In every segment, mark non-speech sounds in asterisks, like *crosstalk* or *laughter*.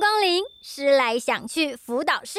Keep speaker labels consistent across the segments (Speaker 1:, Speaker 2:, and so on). Speaker 1: 光临，思来想去辅导室。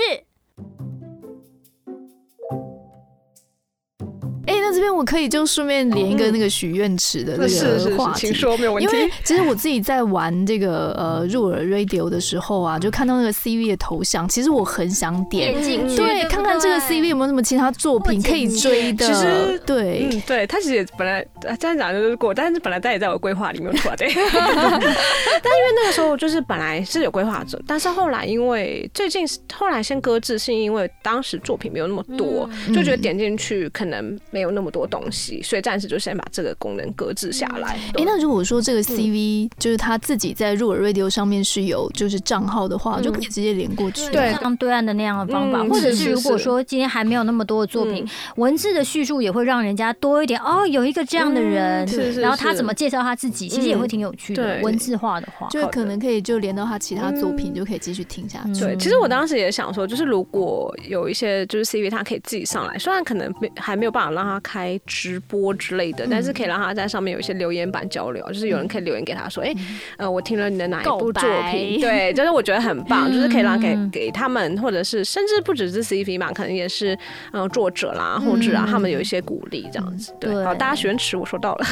Speaker 2: 哎、那这边我可以就顺便连一个那个许愿池的那
Speaker 3: 嗯是是
Speaker 2: 个
Speaker 3: 是
Speaker 2: 话，题，
Speaker 3: 请说，没有问
Speaker 2: 因
Speaker 3: 题。
Speaker 2: 为其实我自己在玩这个呃入耳 radio 的时候啊，就看到那个 CV 的头像，其实我很想点，
Speaker 1: 点
Speaker 3: 嗯
Speaker 1: 进去，
Speaker 2: 对，
Speaker 1: 不
Speaker 2: 看看这个 CV 有没有什么其他作品可以追的。
Speaker 3: 其实
Speaker 2: 对，
Speaker 3: 嗯，对，他其实也本来啊这样讲就是过，但是本来他也在我规划里面出来 *laughs* 的。但因为那个时候就是本来是有规划着，但是后来因为最近是后来先搁置，是因为当时作品没有那么多，
Speaker 2: 嗯
Speaker 3: 就觉得点进去可能没有那么多东西，所以暂时就先把这个功能搁置下来。
Speaker 2: 哎、
Speaker 3: 对
Speaker 2: 那如果说这个
Speaker 3: 嗯
Speaker 2: CV、就是他自己在入耳 radio 上面是有就是账号的话，
Speaker 3: 嗯
Speaker 2: 就可以直接连过去。
Speaker 3: 对
Speaker 1: 就像对岸的那样的方法，
Speaker 3: 嗯
Speaker 1: 或者
Speaker 3: 是
Speaker 1: 是
Speaker 3: 是
Speaker 1: 如果
Speaker 3: 是
Speaker 1: 说今天还没有那么多的作品，
Speaker 3: 嗯
Speaker 1: 文字的叙述也会让人家多一点哦，有一个这样的人，
Speaker 3: 嗯是是
Speaker 1: 然后他
Speaker 3: 是嗯
Speaker 1: 怎么介绍他自己，其实也会挺有趣的，
Speaker 3: 对
Speaker 1: 文字化的话，
Speaker 2: 就可能可以就连到他其他作品，
Speaker 3: 嗯
Speaker 2: 就可以继续听下去。
Speaker 3: 对，其实我当时也想说，就是如果有一些就是 CV，它可以自己上来，虽然可能没还没有办法让他开直播之类的，但
Speaker 2: 嗯
Speaker 3: 是可以让他在上面有一些留言板交流，就是有人可以留言给他说，哎、呃，我听了你的哪一部作品，
Speaker 2: 嗯告白
Speaker 3: 对，就是我觉得很棒，就是可以让给
Speaker 1: 嗯
Speaker 3: 给他们，或者是甚至不只是 CV 嘛，可能也是嗯、呃作者啦、或者啊，他们有
Speaker 2: 嗯
Speaker 3: 一些鼓励这样子。对，
Speaker 1: 对
Speaker 3: 好，大家选尺我说到了，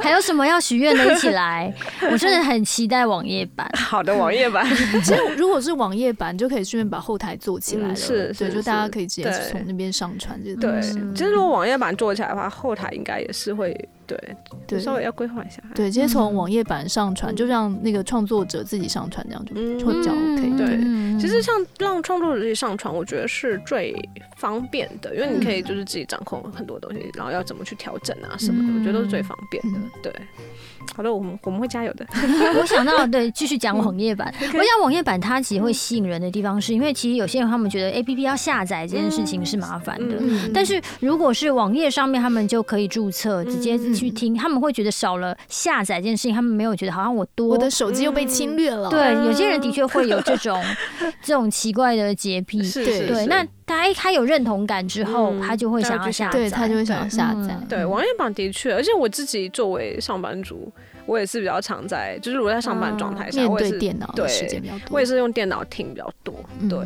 Speaker 1: 还有什么要许愿的，一起
Speaker 3: *laughs*
Speaker 1: 来，我真的很期待网页版。
Speaker 3: 好的网页版，
Speaker 2: 其实如果是网页版，就可以顺便把后台做起来了。
Speaker 3: 嗯是
Speaker 2: 对，
Speaker 3: 是
Speaker 2: 就大家
Speaker 3: 是
Speaker 2: 可以直接
Speaker 3: 对
Speaker 2: 从那边上传这个
Speaker 3: 对
Speaker 2: 东西。，
Speaker 3: 其实如果网页版做起来的话，后台应该也是会对，就
Speaker 2: 对
Speaker 3: 稍微要规划一下。
Speaker 2: 对，直接从
Speaker 1: 嗯
Speaker 2: 网页版上传，就让那个创作者自己上传，这样就
Speaker 3: 嗯
Speaker 2: 会比较 OK。
Speaker 3: 对
Speaker 1: 嗯
Speaker 3: 其实像让创作者自己上传，我觉得是最方便的，因为你可以就是自己掌控很多东西，然后要怎么去调整啊什么的，
Speaker 1: 嗯
Speaker 3: 我觉得都是最方便的
Speaker 2: 嗯。
Speaker 3: 对，好的，我们我们会加油的。
Speaker 1: 我想到对，继续讲网页版。
Speaker 2: 嗯
Speaker 1: 我想网页版它其实会吸引人的地方，是因为其实有些人他们觉得 A P P 要下载这件事情是麻烦的，
Speaker 2: 嗯
Speaker 1: 但是如果是网页上面，他们就可以注册，直接
Speaker 2: 嗯
Speaker 1: 去听，他们会觉得少了下载这件事情，他们没有觉得好像我多
Speaker 2: 我的。手机又
Speaker 3: 嗯
Speaker 2: 被侵略了。
Speaker 1: 对，有些人的确会有这种 *laughs* 这种奇怪的洁癖。
Speaker 3: *laughs* 是
Speaker 2: 对
Speaker 3: 是
Speaker 1: 嗯对，
Speaker 3: 是
Speaker 1: 那他一他有认同感之后，
Speaker 3: 嗯
Speaker 1: 他就会
Speaker 3: 他
Speaker 1: 想
Speaker 3: 就
Speaker 1: 要
Speaker 3: 想
Speaker 1: 下载，
Speaker 2: 对，他就会想要下载。
Speaker 1: 嗯
Speaker 3: 对，网页版的确，而且我自己作为上班族，我也是比较常在，就是我在上班状态下，
Speaker 2: 面
Speaker 3: 我也
Speaker 2: 对
Speaker 3: 是
Speaker 2: 电脑的时间比较多。
Speaker 3: 我也是用电脑听比较多。
Speaker 2: 嗯
Speaker 3: 对，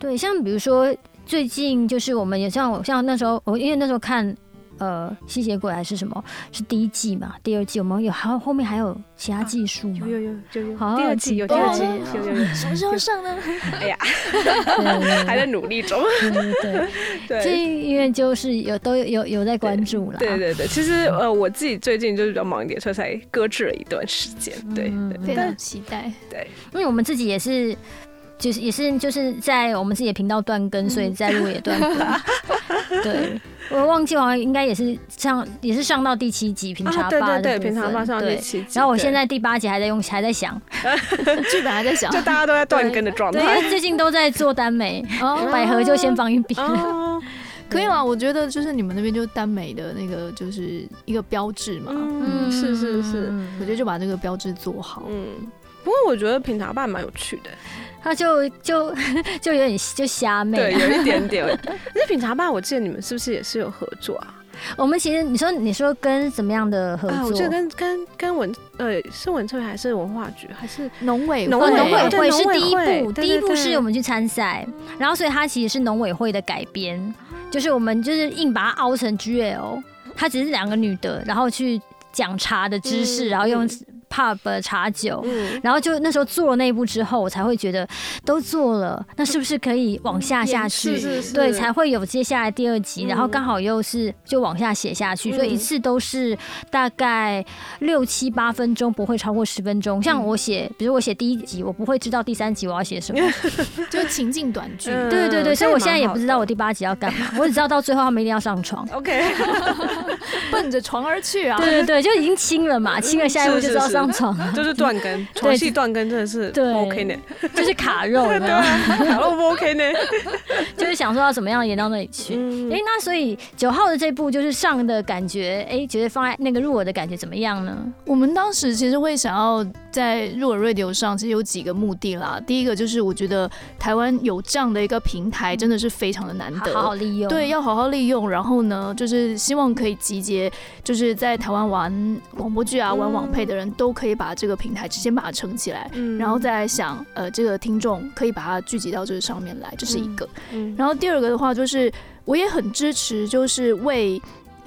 Speaker 1: 对，像比如说最近就是我们也像我像那时候我因为那时候看呃吸血鬼还是什么是第一季嘛，第二季我们有还有后面还有其他技术嘛
Speaker 3: 啊有， *laughs* 有有有有，
Speaker 1: 好
Speaker 3: 第二季有第
Speaker 1: 好
Speaker 3: 二
Speaker 1: 奇
Speaker 3: 季
Speaker 1: 哦
Speaker 3: 有有有，
Speaker 2: 什么时候上呢？
Speaker 3: 哎呀，
Speaker 1: 对
Speaker 3: 还
Speaker 1: 对
Speaker 3: 在努力中。 *laughs*
Speaker 1: 对对对，
Speaker 3: 对。
Speaker 1: 这因为就是有都有有有在关注啦，
Speaker 3: 对对对，其实呃，我自己最近就是比较忙一点，所以才搁置了一段时间。对
Speaker 1: 嗯
Speaker 2: 非
Speaker 3: 对
Speaker 2: 常期待。
Speaker 1: 因为我们自己也是。就是也是就是在我们自己的频道断更，
Speaker 3: 嗯
Speaker 1: 所以在路也断更。
Speaker 3: *laughs*
Speaker 1: 对，我忘记好像应该也是上也是上到第七集平
Speaker 3: 啊，
Speaker 1: 茶
Speaker 3: 对
Speaker 1: 吧
Speaker 3: 对
Speaker 1: 的
Speaker 3: 对，
Speaker 1: 部
Speaker 3: 平常
Speaker 1: 分
Speaker 3: 放上第
Speaker 1: 对
Speaker 3: 七集。
Speaker 1: 然后我
Speaker 3: 对
Speaker 1: 现在第八集还在用还在想，
Speaker 2: 剧本还在想
Speaker 3: *laughs* 就，大家都在断更的状
Speaker 1: 对，因
Speaker 3: 态。
Speaker 1: 为最近都在做耽
Speaker 3: *laughs*
Speaker 1: 美，
Speaker 2: 哦
Speaker 1: 百合就先放一边。 *laughs*
Speaker 3: 哦，
Speaker 2: 可以吗？我觉得就是你们那边就耽美的那个就是一个标志嘛，
Speaker 3: 嗯，是是是，
Speaker 2: 我觉得就把这个标志做好。
Speaker 3: 嗯。不过我觉得品茶办蛮有趣的，
Speaker 1: 他就就 *laughs* 就有点就虾
Speaker 3: 对，
Speaker 1: 妹。
Speaker 3: 有一
Speaker 1: *laughs*
Speaker 3: 点点。那品茶办，我记得你们是不是也是有合作啊？
Speaker 1: 我们其实你说你说跟怎么样的合
Speaker 3: 啊，我记
Speaker 1: 作
Speaker 3: 得？跟跟跟文呃是文策还是文化局还是
Speaker 2: 农委
Speaker 3: 农
Speaker 1: 哦
Speaker 3: 委
Speaker 1: 农
Speaker 3: 对
Speaker 1: 会
Speaker 3: 农
Speaker 1: 是
Speaker 3: 委
Speaker 1: 第一
Speaker 3: 会
Speaker 1: 步，
Speaker 3: 对
Speaker 1: 第一
Speaker 3: 对
Speaker 1: 步是
Speaker 3: 对
Speaker 1: 我们去参赛，然后所以它其实是农委会的改编，就是我们就是硬把它凹成 GL，它只是两个女的，然后去讲茶的知识，
Speaker 3: 嗯
Speaker 1: 然后用
Speaker 3: 嗯
Speaker 1: pub 茶酒，
Speaker 3: 嗯
Speaker 1: 然后就那时候做了那一步之后，我才会觉得都做了，那是不是可以往下下去？
Speaker 3: 嗯是是是
Speaker 1: 对，才会有接下来第二集，
Speaker 3: 嗯
Speaker 1: 然后刚好又是就往下写下去，
Speaker 3: 嗯
Speaker 1: 所以一次都是大概六七八分钟，不会超过十分钟。
Speaker 3: 嗯
Speaker 1: 像我写，比如我写第一集，我不会知道第三集我要写
Speaker 3: *laughs*
Speaker 1: 什么。
Speaker 2: 就情境短剧。
Speaker 3: 嗯
Speaker 1: 对对对，所以
Speaker 3: 这
Speaker 1: 我
Speaker 3: 也
Speaker 1: 现在
Speaker 3: 蛮
Speaker 1: 也
Speaker 3: 好
Speaker 1: 不知道
Speaker 3: 的
Speaker 1: 我第八集要干嘛，我只知道到最后他们一定要上床。
Speaker 3: OK *laughs*
Speaker 2: 奔着床而去啊！
Speaker 1: 对对对，就已经亲了嘛，亲了下一步
Speaker 3: 嗯
Speaker 1: 就
Speaker 3: 是
Speaker 1: 是知道
Speaker 3: 是
Speaker 1: 上床， *laughs*
Speaker 3: 就是断更，床戏断更真的是
Speaker 1: 对
Speaker 3: OK 呢，
Speaker 1: 就是卡肉，有没
Speaker 3: *laughs* 对
Speaker 1: 有
Speaker 3: 啊，卡洛不
Speaker 1: *laughs*
Speaker 3: OK 呢，
Speaker 1: 就是想说要怎么样演到那里去。
Speaker 3: 嗯
Speaker 1: 哎、那所以九号的这部就是上的感觉，哎、觉得放在那个入耳的感觉怎么样呢？
Speaker 2: 我们当时其实会想要在入耳 radio 上，其实有几个目的啦。第一个就是我觉得台湾有这样的一个平台，真的是非常的难
Speaker 1: 好
Speaker 2: 得。
Speaker 1: 好好利用，
Speaker 2: 嗯对，要好好利用。然后呢，就是希望可以集结，就是在台湾玩广播剧啊、玩网配的人都都可以把这个平台先把它撑起来，
Speaker 3: 嗯
Speaker 2: 然后再来想呃这个听众可以把它聚集到这个上面来，这是一个。
Speaker 3: 嗯
Speaker 2: 然后第二个的话，就是我也很支持，就是为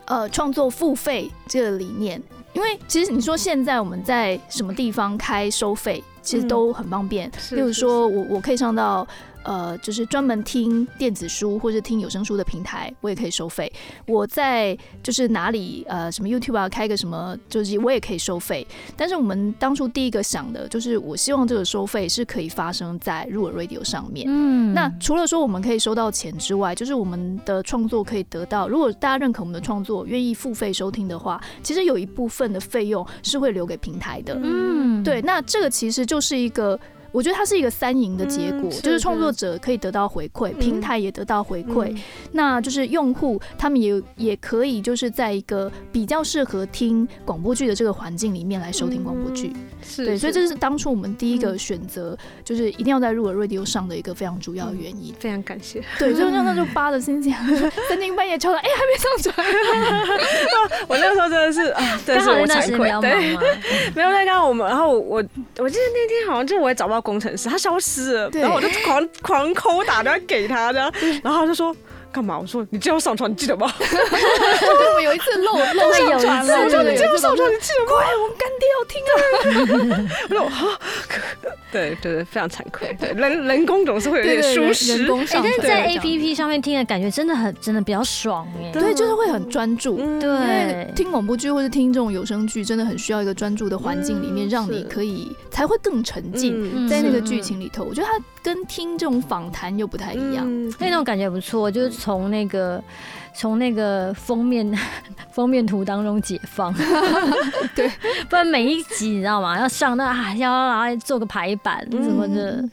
Speaker 2: 呃创作付费这个理念，因为其实你说现在我们在什么地方开收费，其实都很方便。
Speaker 3: 嗯是
Speaker 2: 例如
Speaker 3: 是
Speaker 2: 说我我可以上到呃，就是专门听电子书或是听有声书的平台，我也可以收费。我在就是哪里呃什么 YouTube 啊开个什么，就是我也可以收费。但是我们当初第一个想的就是，我希望这个收费是可以发生在入耳 Radio 上面。
Speaker 1: 嗯
Speaker 2: 那除了说我们可以收到钱之外，就是我们的创作可以得到，如果大家认可我们的创作，愿意付费收听的话，其实有一部分的费用是会留给平台的。
Speaker 1: 嗯，
Speaker 2: 对，那这个其实就是一个。我觉得它是一个三赢的结果，
Speaker 3: 嗯是
Speaker 2: 就是创作者可以得到回馈，
Speaker 3: 嗯
Speaker 2: 平台也得到回馈，
Speaker 3: 嗯
Speaker 2: 那就是用户他们也也可以就是在一个比较适合听广播剧的这个环境里面来收听广播剧。
Speaker 3: 嗯是，嗯
Speaker 2: 对，所以这
Speaker 3: 是
Speaker 2: 是当初我们第一个选择，就是一定要在入耳 radio 上的一个非常主要
Speaker 3: 嗯
Speaker 2: 的原因。
Speaker 3: 非常感谢。
Speaker 2: *laughs* 对，就那那就扒着心情，三更半夜敲了，哎、还没上传。
Speaker 3: *laughs* 我那时候真的是啊，
Speaker 1: 刚
Speaker 3: 真的是
Speaker 1: 好那
Speaker 3: 我
Speaker 1: 段时间比
Speaker 3: 惭愧
Speaker 1: 较，忙
Speaker 3: 对，
Speaker 1: 嘛，
Speaker 2: *laughs*
Speaker 3: 没有那刚好我们，然后我我我记得那天好像就是我也找不到工程师，他消失了，
Speaker 2: 对
Speaker 3: 然后我就狂狂抠打电话给他，然后然后他就说。干嘛？我说你就要上传，你记得吗？
Speaker 2: 我有一次漏
Speaker 3: *laughs*
Speaker 2: 漏
Speaker 1: 有一
Speaker 2: 上
Speaker 1: 次
Speaker 2: 传了，
Speaker 1: 我
Speaker 2: 我
Speaker 1: 说
Speaker 2: 就
Speaker 1: 你
Speaker 2: 这
Speaker 1: 这
Speaker 2: 样上传。
Speaker 3: 你记得吗？快，我干爹要听啊！ *laughs* 我说哈，对对对，非常惭愧，对人人工总是会有
Speaker 2: 对
Speaker 3: 点
Speaker 2: 对，
Speaker 3: 舒
Speaker 2: 人
Speaker 3: 适
Speaker 2: 人，工
Speaker 1: 哎
Speaker 2: 上，
Speaker 1: 但
Speaker 2: 传
Speaker 1: 是
Speaker 2: 这
Speaker 1: 在
Speaker 2: 样，
Speaker 1: A P P 上面听的感觉真的很真的比较爽哎，
Speaker 2: 对，就是会很专注。
Speaker 3: 嗯
Speaker 1: 对
Speaker 2: 因为听广播剧或者听这种有声剧，真的很需要一个专注的环境里面，
Speaker 3: 嗯
Speaker 2: 让你
Speaker 3: 是
Speaker 2: 可以才会更沉浸
Speaker 1: 嗯
Speaker 2: 在那个
Speaker 1: 是
Speaker 2: 剧情里头。我觉得它跟听这种访谈又不太一样。
Speaker 3: 嗯
Speaker 1: 所以那种感觉不错，就是从那个从那个封面封面图当中解放。
Speaker 2: *laughs* 对，
Speaker 1: 不然每一集你知道吗？要上那啊，要来做个排版
Speaker 3: 嗯
Speaker 1: 什么的，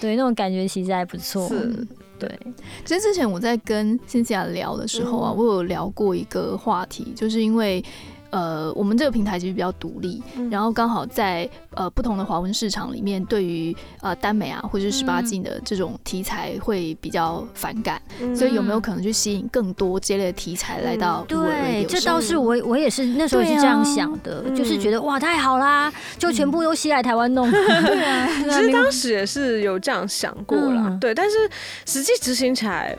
Speaker 1: 对，那种感觉其实还不错。
Speaker 3: 是
Speaker 1: 对，
Speaker 2: 嗯其实之前我在跟辛西亚聊的时候啊，
Speaker 3: 嗯
Speaker 2: 我有聊过一个话题，就是因为。呃，我们这个平台其实比较独立，
Speaker 3: 嗯
Speaker 2: 然后刚好在呃不同的华文市场里面，对于呃耽美啊或者是十八
Speaker 1: 嗯
Speaker 2: 禁的这种题材会比较反感，
Speaker 3: 嗯
Speaker 2: 所以有没有可能去吸引更多这类的题材来到我的
Speaker 1: 对，
Speaker 2: radio
Speaker 1: 这
Speaker 2: 上
Speaker 1: 倒是我我也是那时候也是
Speaker 2: 对啊
Speaker 1: 这样想的，
Speaker 3: 嗯
Speaker 1: 就是觉得哇太好啦，就全部都吸来台湾弄。 *laughs* 对啊，
Speaker 3: 其实当时也是有这样想过啦，
Speaker 1: 嗯
Speaker 3: 对，但是实际执行起来，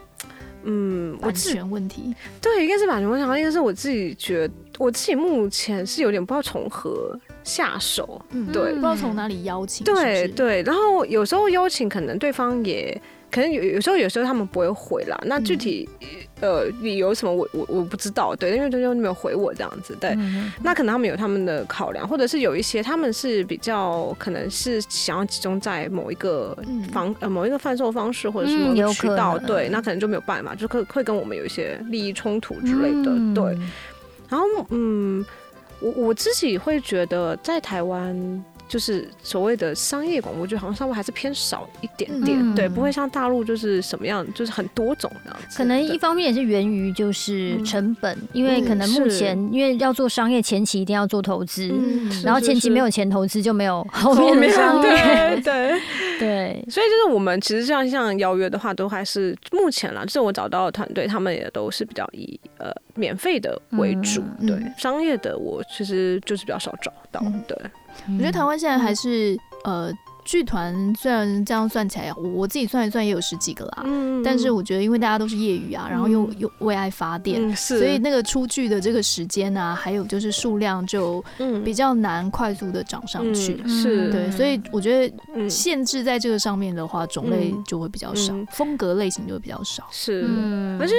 Speaker 3: 嗯，我
Speaker 2: 版
Speaker 3: 自己
Speaker 2: 权问题？
Speaker 3: 对应该是版权，我想应该是我自己觉得，我自己目前是有点不知道从何下手，
Speaker 2: 嗯，
Speaker 3: 对
Speaker 2: 不知道从哪里邀请，
Speaker 3: 对
Speaker 2: 是不是，
Speaker 3: 对，然后有时候邀请可能对方也。可能有有时候有时候他们不会回啦，那具体、
Speaker 2: 嗯
Speaker 3: 呃理由什么我我我不知道，对，因为对方没有回我这样子，对，
Speaker 1: 嗯
Speaker 3: 那可能他们有他们的考量，或者是有一些他们是比较可能是想要集中在某一个
Speaker 2: 嗯
Speaker 3: 方、呃某一个贩售方式或者是某
Speaker 1: 嗯
Speaker 3: 一
Speaker 1: 有
Speaker 3: 个
Speaker 1: 可
Speaker 3: 渠道，
Speaker 1: 能
Speaker 3: 对，那可能就没有办法，就可会跟我们有一些利益冲突之类的，
Speaker 1: 嗯
Speaker 3: 对。然后嗯，我我自己会觉得在台湾。就是所谓的商业广播剧，好像稍微还是偏少一点点，
Speaker 1: 嗯
Speaker 3: 对，不会像大陆就是什么样，就是很多种这样子。嗯
Speaker 1: 可能
Speaker 3: 对
Speaker 1: 一方面也是源于就是
Speaker 3: 嗯
Speaker 1: 成本，因为可能目前因为要做商业前期一定要做投资，
Speaker 2: 嗯
Speaker 3: 是
Speaker 1: 然后
Speaker 3: 是
Speaker 1: 前期
Speaker 3: 是
Speaker 1: 没有钱投资就没有后面
Speaker 3: 后
Speaker 1: 的
Speaker 3: 面
Speaker 1: 商
Speaker 3: 对
Speaker 1: 业。
Speaker 3: 对，
Speaker 1: 对，
Speaker 3: 所以就是我们其实像像邀约的话，都还是目前啦，就是我找到的团队，他们也都是比较以呃免费的为主，
Speaker 2: 嗯
Speaker 3: 对、
Speaker 2: 嗯
Speaker 3: 商业的我其实就是比较少找到，
Speaker 2: 嗯
Speaker 3: 对，
Speaker 1: 我
Speaker 2: 我觉得台湾现在还是呃剧团，虽然这样算起来，我我自己算一算也有十几个啦，
Speaker 3: 嗯
Speaker 2: 但是我觉得因为大家都是业余啊，然后又又为爱发电。
Speaker 3: 嗯是，
Speaker 2: 所以那个出剧的这个时间啊，还有就是数量就
Speaker 3: 嗯
Speaker 2: 比较难快速的涨上去。
Speaker 3: 嗯是
Speaker 2: 对，所以我觉得
Speaker 3: 嗯
Speaker 2: 限制在这个上面的话，种类
Speaker 3: 嗯
Speaker 2: 就会比较少，
Speaker 3: 嗯
Speaker 2: 风格类型就会比较少。
Speaker 3: 是。
Speaker 1: 嗯
Speaker 3: 而且，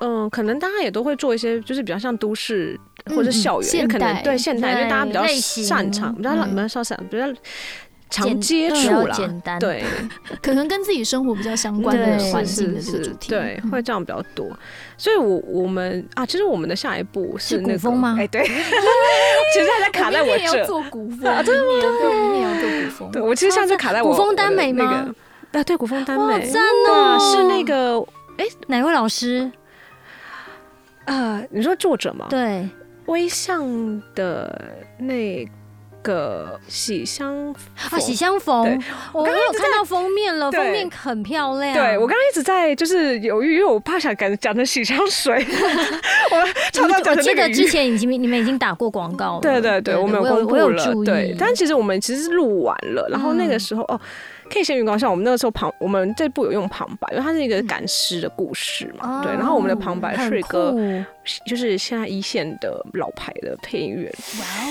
Speaker 3: 嗯、可能大家也都会做一些，就是比较像都市或者
Speaker 2: 嗯
Speaker 3: 校园，
Speaker 2: 现
Speaker 3: 可能
Speaker 2: 代
Speaker 3: 对现代，因为大家比较
Speaker 1: 类型
Speaker 3: 擅长，比较
Speaker 2: 嗯
Speaker 3: 比较擅长，比较常
Speaker 1: 简
Speaker 3: 接
Speaker 1: 比
Speaker 3: 触
Speaker 1: 较
Speaker 3: 啦，
Speaker 1: 简单，
Speaker 3: 对，
Speaker 2: 可能跟自己生活比较相关的
Speaker 1: 对
Speaker 2: 环
Speaker 3: 是
Speaker 2: 境的这
Speaker 3: 是
Speaker 2: 个
Speaker 3: 是
Speaker 2: 主题，
Speaker 3: 对，
Speaker 2: 嗯
Speaker 3: 会这样比较多。所以我，我们啊，其实我们的下一步
Speaker 1: 是
Speaker 3: 那
Speaker 1: 古
Speaker 3: 个
Speaker 1: 风吗
Speaker 2: *laughs*
Speaker 3: 哎、对，其实还在卡在
Speaker 2: 明
Speaker 3: 我
Speaker 2: 年也要
Speaker 3: 这。
Speaker 2: 做古风，啊真的吗？对，明年要做古风。
Speaker 3: 对，我其实像在卡在
Speaker 1: 啊
Speaker 3: 我
Speaker 1: 古风
Speaker 3: 我的
Speaker 1: 耽美
Speaker 3: 那
Speaker 1: 吗
Speaker 3: 个啊，对，古风耽
Speaker 1: 哇
Speaker 3: 美，
Speaker 1: 赞
Speaker 3: 啊
Speaker 1: 哦！
Speaker 3: 是那个
Speaker 1: 哪位老师？
Speaker 3: 啊，你说作者吗？
Speaker 1: 对，
Speaker 3: 微笑的那个喜相
Speaker 1: 啊，
Speaker 3: 逢
Speaker 1: 喜相逢
Speaker 3: 对，
Speaker 1: 我我
Speaker 3: 刚刚
Speaker 1: 有看到封面了，
Speaker 3: 对
Speaker 1: 封面很漂亮。
Speaker 3: 对我刚刚一直在就是犹豫，因为我怕想讲讲成洗香
Speaker 1: *laughs*
Speaker 3: 水，我差点
Speaker 1: 我
Speaker 3: 讲
Speaker 1: 我
Speaker 3: 成
Speaker 1: 记
Speaker 3: 那个
Speaker 1: 得之
Speaker 3: 鱼。
Speaker 1: 前已经你们已经打过广告了。
Speaker 3: 对对对，我们
Speaker 1: 我
Speaker 3: 公
Speaker 1: 有
Speaker 3: 布
Speaker 1: 我有
Speaker 3: 了
Speaker 1: 注，意。
Speaker 3: 对，但其实我们其实是录完了，然后那个
Speaker 1: 嗯
Speaker 3: 时候、哦，可以先预告一下，我们那个时候旁我们这部有用旁白，因为它是一个
Speaker 1: 嗯
Speaker 3: 赶尸的故事嘛，对，然后我们的旁白
Speaker 1: 哦很
Speaker 3: 是一个
Speaker 1: 酷
Speaker 3: 就是现在一线的老牌的配音员，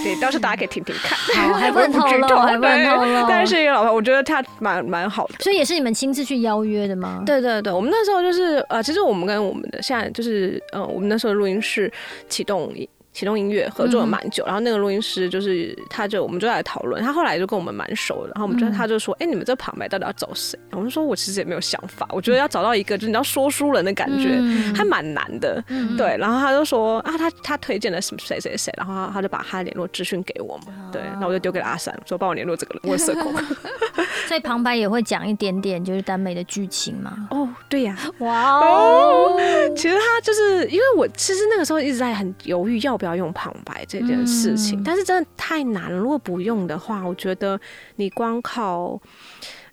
Speaker 3: 对，到时候大家可以听听看，
Speaker 1: 哦好，哦
Speaker 3: *laughs*
Speaker 1: 还不能透
Speaker 3: 我也不
Speaker 1: 露
Speaker 3: 知，道
Speaker 1: 还不能
Speaker 3: 对
Speaker 1: 透露。
Speaker 3: *laughs* 但是一个老牌，我觉得他蛮蛮好的。
Speaker 1: 所以也是你们亲自去邀约的吗？
Speaker 3: 对对对，我们那时候就是呃，其实我们跟我们的现在就是呃，我们那时候的录音室启动音启动音乐合作了蛮
Speaker 1: 嗯
Speaker 3: 久，然后那个录音师就是他就我们就来讨论，他后来就跟我们蛮熟的，然后我们就、
Speaker 1: 嗯
Speaker 3: 他就说，哎、你们这旁白到底要找谁？我们说我其实也没有想法，我觉得要找到一个就是你知道说书人的感觉，
Speaker 1: 嗯
Speaker 3: 还蛮难的。
Speaker 1: 嗯
Speaker 3: 对，然后他就说啊，他他推荐了什么谁谁谁，然后他他就把他联络资讯给我们，对，然后我就丢给了阿三，说帮我联络这个人，我有社恐。
Speaker 1: 所以旁白也会讲一点点，就是耽美的剧情嘛。
Speaker 3: 哦，对呀、
Speaker 1: 哇
Speaker 3: 哦
Speaker 1: 哦，
Speaker 3: 其实他就是因为我其实那个时候一直在很犹豫要不要用旁白这件事情，
Speaker 1: 嗯
Speaker 3: 但是真的太难了。如果不用的话，我觉得你光靠。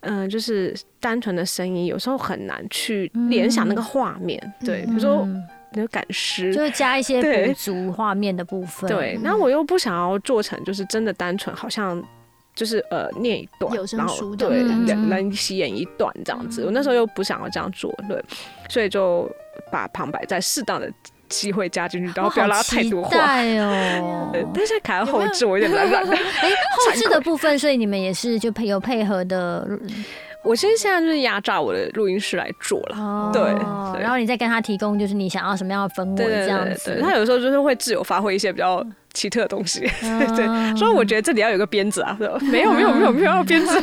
Speaker 3: 嗯、就是单纯的声音，有时候很难去联想那个画面。对，比如说
Speaker 1: 嗯
Speaker 3: 你的感诗，
Speaker 1: 就会加一些
Speaker 3: 对
Speaker 1: 补足画面的部分。
Speaker 3: 对，那我又不想要做成就是真的单纯，好像就是呃念一段，
Speaker 2: 有声
Speaker 3: 然后
Speaker 2: 书这
Speaker 3: 对
Speaker 2: 样
Speaker 1: 子嗯
Speaker 3: 两人一起演一段这样子。我那时候又不想要这样做，对，所以就把旁白在适当的机会加进去，然
Speaker 1: 我
Speaker 3: 后不要拉
Speaker 1: 好
Speaker 3: 太
Speaker 1: 期
Speaker 3: 多话。
Speaker 1: 待哦。
Speaker 3: 对，但是卡到后置我有点懒
Speaker 1: *laughs*
Speaker 3: 懒的。
Speaker 1: 哎，后置的部分，所以你们也是就配有配合的
Speaker 3: 我其实现在就是压榨我的录音师来做了。
Speaker 1: 哦。
Speaker 3: 对对
Speaker 1: 然后你再跟他提供就是你想要什么样的氛围
Speaker 3: 对对
Speaker 1: 这样
Speaker 3: 对
Speaker 1: 子嗯
Speaker 3: 对，。他有时候就是会自由发挥一些比较奇特的东西，
Speaker 1: 对
Speaker 3: *laughs* 对所以我觉得这里要有个鞭子啊，
Speaker 1: *laughs*
Speaker 3: 没有没有没有没有要鞭子，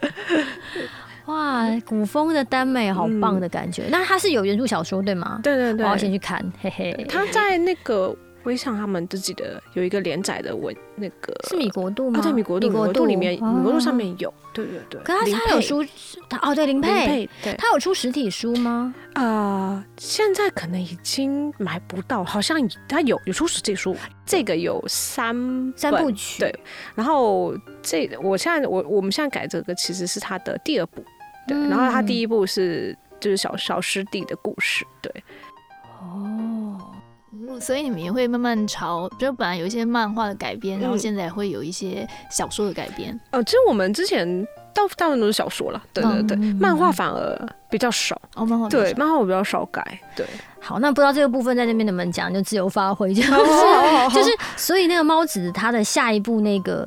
Speaker 3: *laughs*
Speaker 1: 哇，古风的耽美好棒的感觉。那它是有原著小说对吗？
Speaker 3: 对嗯对
Speaker 1: 我要先去看，嘿嘿。
Speaker 3: 他在那个微信他们自己的有一个连载的文，那个
Speaker 1: 是米国度吗？
Speaker 3: 啊，对米国度，米国度里面，米国度上。面有，对对对。
Speaker 1: 可是
Speaker 3: 林
Speaker 1: 他
Speaker 3: 佩
Speaker 1: 他有出他哦，对林
Speaker 3: 林
Speaker 1: 佩，
Speaker 3: 佩，对，
Speaker 1: 他有出实体书吗？
Speaker 3: 啊，现在可能已经买不到，好像他有有出实体书，这个有三
Speaker 1: 三
Speaker 3: 本
Speaker 1: 部曲。
Speaker 3: 对然后这我现在我我们现在改这个其实是他的第二部，对，然后他
Speaker 1: 嗯
Speaker 3: 第一部是就是小小师弟的故事，对，
Speaker 1: 哦，
Speaker 2: 嗯所以你们也会慢慢朝，就本来有一些漫画的改编，然后
Speaker 3: 嗯
Speaker 2: 现在会有一些小说的改编。
Speaker 3: 呃，其实我们之前大大部分都是小说了，对对对，
Speaker 1: 嗯
Speaker 3: 漫画反而比较少。
Speaker 2: 哦，漫画比较
Speaker 3: 对，
Speaker 2: 少
Speaker 3: 漫画我比较少改，对，
Speaker 1: 好，那不知道这个部分在那边能不能讲，就自由发挥，
Speaker 3: 哦
Speaker 1: 就是 *laughs* 就，
Speaker 3: 就是
Speaker 1: 所以那个猫子它的下一步那个。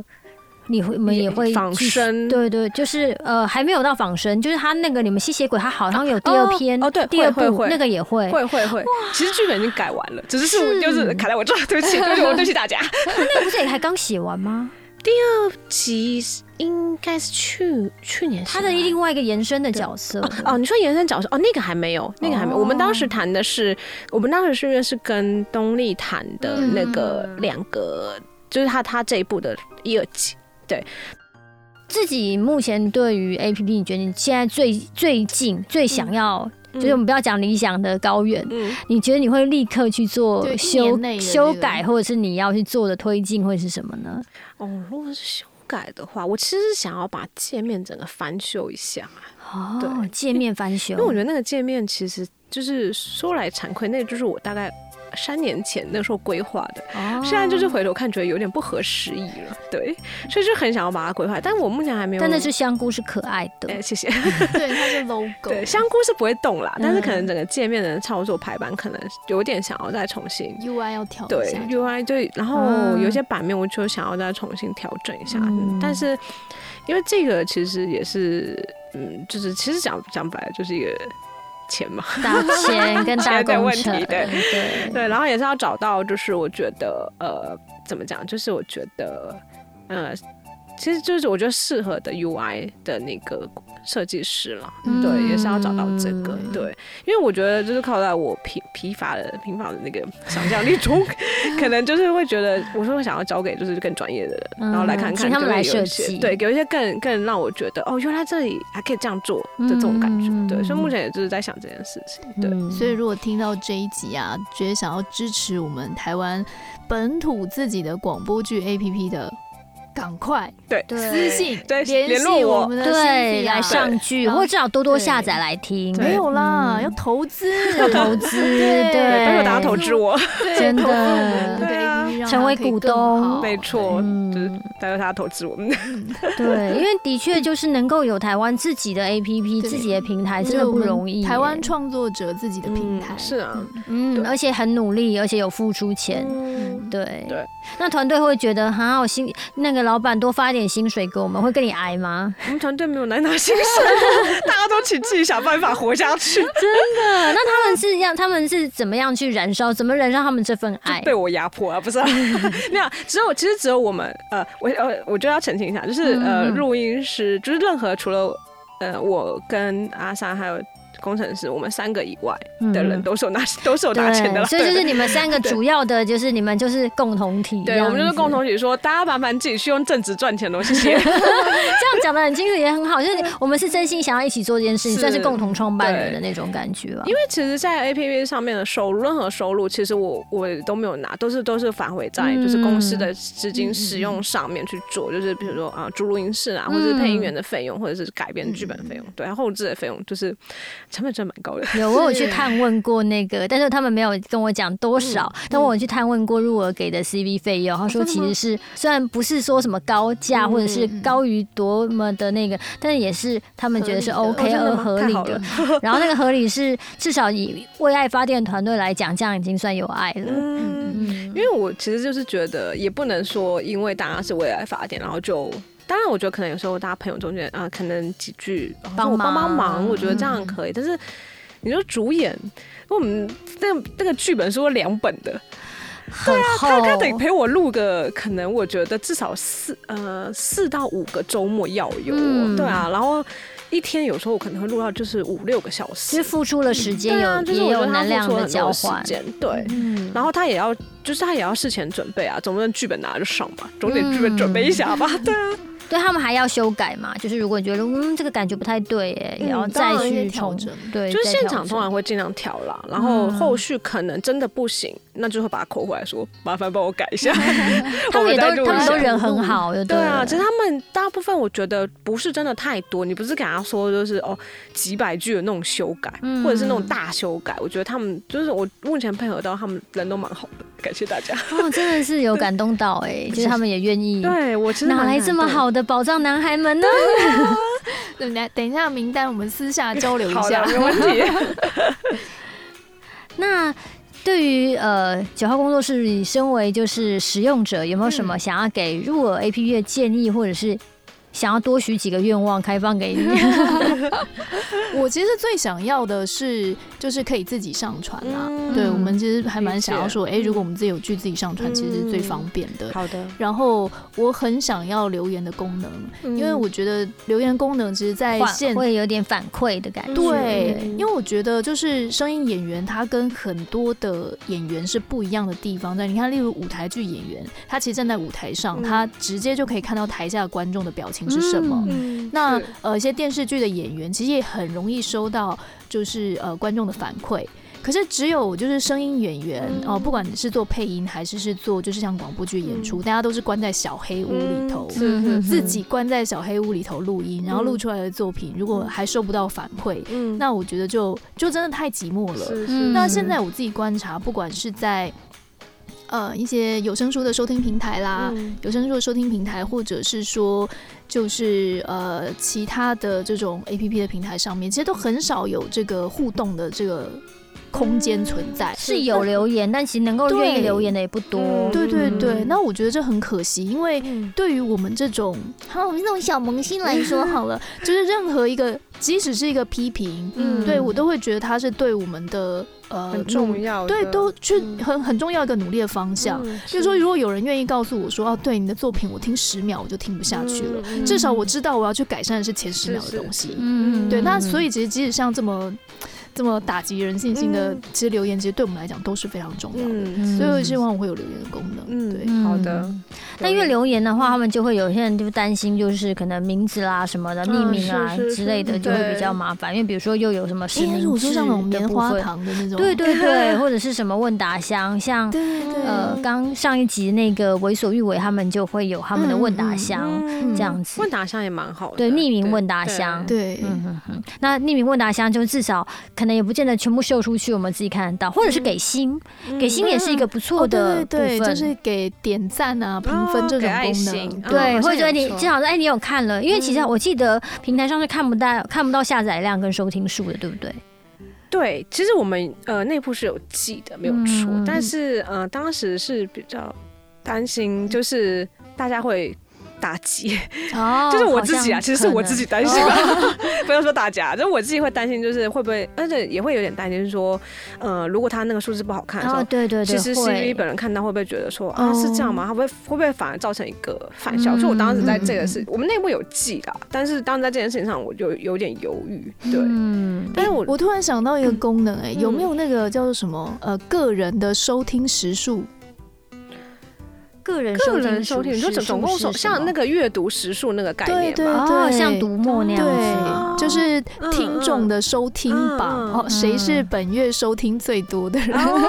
Speaker 1: 你会，你们也会
Speaker 3: 仿
Speaker 1: 继续
Speaker 3: 生
Speaker 1: 对对，就是呃，还没有到仿生，就是他那个你们吸血鬼，他好像有第二
Speaker 3: 哦
Speaker 1: 篇
Speaker 3: 哦对
Speaker 1: 第二
Speaker 3: 会会
Speaker 1: 部
Speaker 3: 会
Speaker 1: 那个也会，
Speaker 3: 会会会，其实剧本已经改完了，只是是
Speaker 1: 是
Speaker 3: 就是卡在我这，对不起，对不起，我对不起
Speaker 1: *laughs*
Speaker 3: 大家。
Speaker 1: 那个不是也才刚写完吗？
Speaker 3: 其实应该是去去年
Speaker 1: 他的
Speaker 3: 写完
Speaker 1: 另外一个延伸的角色
Speaker 3: 哦，你说延伸角色哦，那个还没有，那个还没有。
Speaker 1: 哦
Speaker 3: 我们当时谈的是，我们当时是因为是跟东立谈的那个
Speaker 1: 嗯
Speaker 3: 两个，就是他他这一部的一二集。
Speaker 1: 自己目前对于 A P P，你觉得你现在最最近最想要，嗯就是我们不要讲理想的高远，
Speaker 3: 嗯，
Speaker 1: 你觉得你会立刻去做
Speaker 2: 对一
Speaker 1: 修
Speaker 2: 年内的这个
Speaker 1: 修改，或者是你要去做的推进会是什么呢？
Speaker 3: 哦，如果是修改的话，我其实是想要把界面整个翻修一下。
Speaker 1: 哦
Speaker 3: 对，
Speaker 1: 界面翻修，
Speaker 3: 因为我觉得那个界面其实就是说来惭愧，那个就是我大概三年前那时候规划的，
Speaker 1: 哦
Speaker 3: 现在就是回头看觉得有点不合时宜了，对，所以就很想要把它规划，但我目前还没有。
Speaker 1: 但那只香菇是可爱
Speaker 3: 哎、
Speaker 1: 的，
Speaker 3: 谢谢。
Speaker 2: *laughs* 对，它是 logo。
Speaker 3: 对，香菇是不会动啦，但是可
Speaker 1: 嗯
Speaker 3: 能整个界面的操作排版可能有点想要再重新。
Speaker 2: UI 要调一
Speaker 3: 对
Speaker 2: 下。
Speaker 3: UI 就然后
Speaker 1: 哦嗯
Speaker 3: 有些版面我就想要再重新调整一下，
Speaker 1: 嗯
Speaker 3: 但是因为这个其实也是，嗯，就是其实讲讲白了就是一个钱嘛，
Speaker 1: 大钱跟大
Speaker 3: 钱的
Speaker 1: 工
Speaker 3: 问题
Speaker 1: 程，
Speaker 3: 对
Speaker 1: 对
Speaker 3: 对，然后也是要找到，就是我觉得呃，怎么讲，就是我觉得呃，其实就是我觉得适合的 UI 的那个设计师了，对，也是要找到这个，
Speaker 1: 嗯
Speaker 3: 对，因为我觉得就是靠在我疲疲乏的平凡的那个想象力中， *laughs* 可能就是会觉得我是会想要交给就是更专业的人，然后来看
Speaker 1: 嗯
Speaker 3: 看
Speaker 1: 请他
Speaker 3: 就
Speaker 1: 们
Speaker 3: 会
Speaker 1: 来
Speaker 3: 有一
Speaker 1: 设
Speaker 3: 些
Speaker 1: 计
Speaker 3: 对，有一些更更让我觉得哦，原来这里还可以这样做的这种感觉，
Speaker 1: 嗯
Speaker 3: 对，所以目前也就是在想这件事情，对。
Speaker 1: 嗯
Speaker 2: 所以如果听到这一集啊，觉得想要支持我们台湾本土自己的广播剧 APP 的赶快
Speaker 3: 对
Speaker 1: 对
Speaker 2: 私信
Speaker 3: 对
Speaker 2: 联
Speaker 3: 联
Speaker 2: 系
Speaker 3: 络我
Speaker 2: 我们的
Speaker 1: 对
Speaker 2: Cynthia
Speaker 1: 来上剧，或者至少多多
Speaker 2: 对
Speaker 1: 下载来听。
Speaker 3: 对
Speaker 2: 没有啦，
Speaker 1: 嗯
Speaker 2: 要投资，
Speaker 1: *laughs* 要投资，对，
Speaker 2: 对
Speaker 3: 对，拜托大家投资我，
Speaker 2: 对
Speaker 1: 真的
Speaker 2: 投资我们
Speaker 3: 对啊
Speaker 2: 这个 APP 让它
Speaker 1: 成为
Speaker 2: 可以
Speaker 1: 股
Speaker 2: 更
Speaker 1: 东
Speaker 2: 好
Speaker 3: 没错，
Speaker 1: 嗯
Speaker 3: 就是拜托大家投资我们。
Speaker 1: 对，因为的确就是能够有台湾自己的 APP、
Speaker 2: 对
Speaker 1: 自己的平台，
Speaker 2: 对
Speaker 1: 真的不容易耶。
Speaker 2: 这是我们台湾创作者自己的平台
Speaker 3: 嗯是啊
Speaker 1: 嗯，
Speaker 3: 对
Speaker 1: 而且很努力，而且有付出钱。
Speaker 3: 嗯
Speaker 1: 对
Speaker 3: 对，
Speaker 1: 那团队会觉得，哈，我薪那个老板多发一点薪水给我们，会跟你挨吗？
Speaker 3: 我们团队没有难拿
Speaker 1: *laughs*
Speaker 3: 薪水，大家都请自己想办法活下去，
Speaker 1: 呃，那他们是让他们是怎么样去燃烧，怎么燃烧他们这份爱？
Speaker 3: 被我压迫啊，不
Speaker 1: *laughs*
Speaker 3: 是、啊？没有，只有其实只有我们，呃，我呃，我就要澄清一下，就是呃，
Speaker 1: 嗯嗯
Speaker 3: 录音师就是任何除了呃我跟阿莎还有工程师，我们三个以外
Speaker 1: 嗯
Speaker 3: 的人都是有拿、都是有拿钱的啦，
Speaker 1: 对所以就是你们三个
Speaker 3: 对
Speaker 1: 主要的，就是你们就是共同体这
Speaker 3: 对，
Speaker 1: 样
Speaker 3: 我
Speaker 1: 子，
Speaker 3: 们就是共同体说，大家麻烦自己去用正职赚钱喽，谢谢。
Speaker 1: 这样讲的很清楚，也很好，就是我们是真心想要一起做这件事情，
Speaker 3: 是
Speaker 1: 算是共同创办人的那种感觉吧。
Speaker 3: 因为其实，在 A P P 上面的收入，任何收入，其实我我都没有拿，都是都是返回在
Speaker 1: 嗯
Speaker 3: 就是公司的资金使用上面去做，就是比如说啊，租录音室啊，
Speaker 1: 嗯
Speaker 3: 或者是配音员的费用，或者是改编剧本费用，对，后置的费用，就是成本真的蛮高的。
Speaker 1: *laughs* 有我有去探问过那个，但是他们没有跟我讲多少。但我有去探问过入额给的 CV 费用，他说
Speaker 3: 嗯哦真
Speaker 1: 其
Speaker 3: 的吗
Speaker 1: 实是虽然不是说什么高价
Speaker 3: 嗯
Speaker 1: 或者是高于多么的那个，但是也是他们觉得是
Speaker 2: 合理的
Speaker 1: OK
Speaker 3: 哦真
Speaker 1: 而
Speaker 3: 的吗
Speaker 1: 合
Speaker 3: 太
Speaker 1: 理
Speaker 3: 好
Speaker 1: 的
Speaker 3: 了。 *laughs*
Speaker 1: 然后那个合理是至少以为爱发电团队来讲，这样已经算有爱了。
Speaker 3: 嗯，
Speaker 1: 嗯
Speaker 3: 因，为我其实就是觉得，也不能说因为大家是为了发电，然后就。当然，我觉得可能有时候大家朋友中间啊、可能几句啊
Speaker 1: 帮
Speaker 3: 说我帮帮
Speaker 1: 忙
Speaker 3: 忙，嗯我觉得这样可以。但是你说主演，我们那那个剧本是有两本的，
Speaker 1: 很厚，
Speaker 3: 啊他得陪我录个，可能我觉得至少四呃四到五个周末要有，
Speaker 1: 嗯
Speaker 3: 对啊，然后一天有时候我可能会录到就是五六个小
Speaker 1: 其实
Speaker 3: 时，
Speaker 1: 付出了时间，
Speaker 3: 对啊，
Speaker 1: 有
Speaker 3: 就是
Speaker 1: 也
Speaker 3: 我觉
Speaker 1: 有
Speaker 3: 得
Speaker 1: 能
Speaker 3: 他付
Speaker 1: 量
Speaker 3: 出了
Speaker 1: 的
Speaker 3: 很
Speaker 1: 交
Speaker 3: 多时
Speaker 1: 换。
Speaker 3: 间，对。
Speaker 1: 嗯
Speaker 3: 然后他也要，就是他也要事前准备啊，总不能剧本拿就上吧，总得剧本准备一下吧，对啊，
Speaker 1: 对他们还要修改嘛？就是如果你觉得嗯这个感觉不太对耶，
Speaker 3: 嗯
Speaker 1: 也要
Speaker 3: 当
Speaker 1: 再
Speaker 3: 然
Speaker 1: 去
Speaker 2: 去调
Speaker 1: 重
Speaker 2: 整
Speaker 1: 对，
Speaker 3: *laughs* 就是
Speaker 1: 再
Speaker 3: 现
Speaker 1: 调
Speaker 3: 场
Speaker 1: 整
Speaker 3: 通常会尽量调啦，然后后续可能真的不行，那就会把它扣回来说，麻烦帮我改一
Speaker 1: *laughs*
Speaker 2: *laughs*
Speaker 3: 下，
Speaker 1: 他们也
Speaker 3: 我们再
Speaker 1: 都
Speaker 3: 录
Speaker 1: 他们
Speaker 3: 一
Speaker 1: 都
Speaker 3: 下
Speaker 1: 人很好，就
Speaker 3: 对啊，
Speaker 1: 了
Speaker 3: 其实他们大部分我觉得不是真的太多，你不是给他说就是哦几百句的那种修改，
Speaker 1: 嗯
Speaker 3: 或者是那种大修改，我觉得他们就是我目前配合到他们人都蛮好的，感谢大家。
Speaker 1: 哦，真的是有感动到
Speaker 3: *laughs*
Speaker 1: 哎，就是他们也愿
Speaker 2: 嗯
Speaker 1: 意。
Speaker 3: 对我其实
Speaker 1: 哪
Speaker 3: 蛮
Speaker 1: 来这么
Speaker 3: 感动
Speaker 1: 好的宝藏男孩们呢？
Speaker 2: 等一下等一下名单，我们私下交流一
Speaker 3: 好
Speaker 2: 下
Speaker 3: 的，。没问题。
Speaker 1: *laughs*
Speaker 2: *laughs*
Speaker 1: 那对于呃九号工作室，你身为就是使用者，有没有什
Speaker 3: 嗯
Speaker 1: 么想要给入耳 APP 的建议，或者是想要多许几个愿望，开放给
Speaker 3: *laughs*
Speaker 1: 你？
Speaker 2: *laughs* 我其实最想要的是，就是可以自己上传啊。
Speaker 3: 嗯
Speaker 2: 对，我们其实还蛮
Speaker 3: 理解
Speaker 2: 想要说，哎、如果我们自己有剧自己上传，
Speaker 3: 嗯
Speaker 2: 其实是最方便的。
Speaker 3: 好的，
Speaker 2: 然后我很想要留言的功能，
Speaker 3: 嗯
Speaker 2: 因为我觉得留言功能其实，在
Speaker 1: 换
Speaker 2: 现
Speaker 1: 会有点反馈的感觉。
Speaker 2: 对，
Speaker 3: 嗯
Speaker 2: 因为我觉得就是声音演员，他跟很多的演员是不一样的地方在。你看，例如舞台剧演员，他其实站在舞台上，
Speaker 3: 嗯
Speaker 2: 他直接就可以看到台下观众的表情是什么。
Speaker 1: 嗯
Speaker 3: 嗯
Speaker 2: 那
Speaker 3: 是
Speaker 2: 呃，一些电视剧的演员其实也很容易收到就是呃观众的反馈。可是只有就是声音演员哦、不管你是做配音还是是做就是像广播剧演出，大家都是关在小黑屋里头。
Speaker 3: 嗯是是
Speaker 2: 自己关在小黑屋里头录音，然后录出来的作品，如果还收不到反馈，
Speaker 3: 嗯
Speaker 2: 那我觉得就就真的太寂寞了。
Speaker 3: 是
Speaker 1: 嗯
Speaker 3: 是
Speaker 2: 那现在我自己观察，不管是在呃一些有声书的收听平台啦，
Speaker 3: 嗯
Speaker 2: 有声书的收听平台，或者是说就是呃其他的这种 A P P 的平台上面，其实都很少有这个互动的这个空间存
Speaker 3: 嗯
Speaker 2: 在。
Speaker 1: 是有留言，但其实能够
Speaker 2: 对
Speaker 1: 愿意留言的也不多。
Speaker 3: 嗯
Speaker 2: 对对对，
Speaker 3: 嗯
Speaker 2: 那我觉得这很可惜，因为
Speaker 3: 嗯
Speaker 2: 对于我们这种，好，我们这种小萌新来说好了，就是任何一个，即使是一个批评，
Speaker 1: 嗯
Speaker 2: 对我都会觉得它是对我们的呃
Speaker 3: 很
Speaker 2: 努
Speaker 3: 重要的，
Speaker 2: 对都去
Speaker 3: 嗯
Speaker 2: 很很重要一个努力的方向。
Speaker 3: 嗯
Speaker 2: 就是说，如果有人愿意告诉我说，哦，对你的作品，我听十秒我就听不下去了，，
Speaker 3: 嗯
Speaker 2: 至少我知道我要去改善的是前十秒的
Speaker 3: 是是
Speaker 2: 东西。
Speaker 1: *laughs* 嗯
Speaker 2: 对，那所以其实即使像这么这么打击人信心的，其实留言其实对我们来讲都是非常重要的。
Speaker 1: 嗯
Speaker 3: 嗯
Speaker 2: 所以我希望我会有留言的功能。
Speaker 3: 嗯
Speaker 2: 对，
Speaker 1: 嗯
Speaker 3: 好的。
Speaker 1: 但因为留言的话，他们就会有些人就担心，就是可能名字啦什么的、
Speaker 3: 嗯
Speaker 1: 匿名啊
Speaker 3: 是是
Speaker 1: 之类的，
Speaker 3: 是
Speaker 1: 就会
Speaker 3: 对
Speaker 1: 比较麻烦。因为比如说又有什么实
Speaker 2: 应该是
Speaker 1: 名
Speaker 2: 我
Speaker 1: 制
Speaker 2: 说哎像那种
Speaker 1: 的
Speaker 2: 棉
Speaker 1: 部
Speaker 2: 花
Speaker 1: 分，
Speaker 2: 糖的那种，
Speaker 1: 对对对，或者是什么问答箱，像
Speaker 2: 对嗯对对，
Speaker 1: 呃刚上一集那个为所欲为，他们就会有他们的问答箱
Speaker 3: 嗯
Speaker 1: 这样子，
Speaker 3: 问答箱也蛮好的，
Speaker 1: 对匿名问答箱
Speaker 3: 对
Speaker 2: 对，
Speaker 1: 嗯哼哼，那匿名问答箱就至少可能也不见得全部秀出去，我们自己看得到，或者
Speaker 3: 嗯
Speaker 1: 是给星，给星也是一个不错
Speaker 2: 哦
Speaker 1: 的
Speaker 2: 对
Speaker 1: 部
Speaker 2: 对
Speaker 1: 分，
Speaker 2: 对，就是给点赞啊、评
Speaker 3: 哦
Speaker 2: 分这
Speaker 3: 给
Speaker 2: 种
Speaker 3: 爱
Speaker 2: 功
Speaker 3: 心
Speaker 2: 能，
Speaker 3: 哦
Speaker 1: 对，或
Speaker 3: 好
Speaker 1: 者
Speaker 3: 像
Speaker 1: 说
Speaker 3: 也
Speaker 1: 你
Speaker 3: 不错
Speaker 1: 至少是哎，你有看了，因为其实
Speaker 3: 嗯
Speaker 1: 我记得平台上是看不到看不到下载量跟收听数的，对不对？
Speaker 3: 对，其实我们呃内部是有记的，没有错，
Speaker 1: 嗯
Speaker 3: 但是呃当时是比较担
Speaker 1: 嗯
Speaker 3: 心，就是大家会。打击，
Speaker 1: 哦
Speaker 3: *laughs* 就是我自己啊，其实是我自己，担心， *laughs* 不要说大家，就是我自己会担心，就是会不会，而且也会有点担心说，呃，如果他那个数字不好看的时候
Speaker 1: 哦，，对对对，
Speaker 3: 其实 C V
Speaker 1: 会哦
Speaker 3: 本人看到会不会觉得说啊是这样吗？会不会会不会反而造成一个反效？
Speaker 1: 嗯
Speaker 3: 所以我当时在这个事，我们内部有记啦，但是当时在这件事情上，我就有点犹豫。对，
Speaker 1: 嗯，
Speaker 3: 但是我
Speaker 2: 我突然想到一个功能、哎、
Speaker 3: 嗯
Speaker 2: 有没有那个叫做什么呃个人的收听时数？
Speaker 1: 个人
Speaker 3: 个人收
Speaker 1: 数
Speaker 3: 听，你说总
Speaker 1: 时
Speaker 3: 总共
Speaker 1: 数
Speaker 3: 收
Speaker 1: 是
Speaker 3: 像
Speaker 1: 什
Speaker 3: 那
Speaker 1: 么
Speaker 3: 个阅读时数那个概
Speaker 2: 对
Speaker 3: 念
Speaker 2: 对
Speaker 3: 嘛，
Speaker 1: 哦，
Speaker 2: 对，
Speaker 1: 像读墨那样子，
Speaker 2: 对，就是
Speaker 3: 嗯
Speaker 2: 听众的收听榜、
Speaker 3: 嗯嗯
Speaker 2: 哦，谁是本月收听最多的人？
Speaker 3: 哦，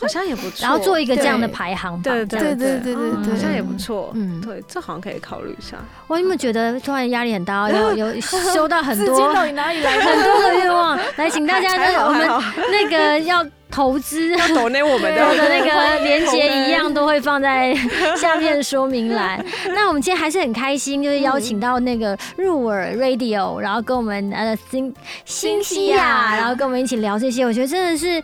Speaker 3: 好像也不错。
Speaker 1: *laughs* 然后做一个这样的
Speaker 2: 对
Speaker 1: 排行
Speaker 3: 对
Speaker 1: 榜。
Speaker 3: 对
Speaker 2: *laughs* 对
Speaker 3: 对
Speaker 2: 对对对
Speaker 3: 哦
Speaker 1: 对
Speaker 3: 好像也不错。
Speaker 2: 嗯
Speaker 3: 对，这好像可以考虑一下。
Speaker 1: 我有没有觉得突然压力很
Speaker 3: *laughs*
Speaker 1: 大？有有收到很多
Speaker 2: 底哪里来？
Speaker 1: 很多的愿望，来，请大家
Speaker 3: 还
Speaker 1: 那
Speaker 3: 好
Speaker 1: 我们
Speaker 3: 还好，
Speaker 1: 那个要投资。
Speaker 3: 懂内我
Speaker 1: *laughs*
Speaker 3: 们
Speaker 1: 我的
Speaker 3: 的
Speaker 1: 那个连接一样都会放在下面说明栏。那我们今天还是很开心，就是邀请到那个入耳 Radio，然后跟我们呃新新西亚，然后跟我们一起聊这些，我觉得真的是。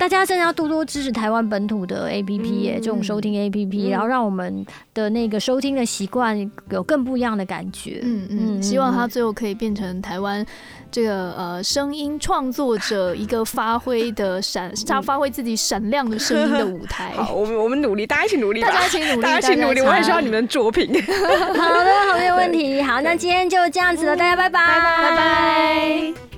Speaker 1: 大家真的要多多支持台湾本土的 A P P 耶，
Speaker 3: 嗯
Speaker 1: 这种收听 A P P，、
Speaker 3: 嗯
Speaker 1: 然后让我们的那个收听的习惯有更不一样的感觉。
Speaker 2: *laughs* 嗯
Speaker 1: 嗯
Speaker 2: 嗯，希望
Speaker 1: 嗯
Speaker 2: 他最后可以变成台湾这个呃声音创作者一个发挥的闪，他发挥自己闪亮的声音的舞台。
Speaker 3: *laughs* 嗯好，我们我们努力，大家一起努力吧
Speaker 2: 大，家一起努力，
Speaker 3: 大家一起努力，我很需要你
Speaker 2: 们。
Speaker 3: 们的作品。
Speaker 1: 好的，好，没有问题。好，那今天就这样子了，大家拜拜，
Speaker 3: 拜拜。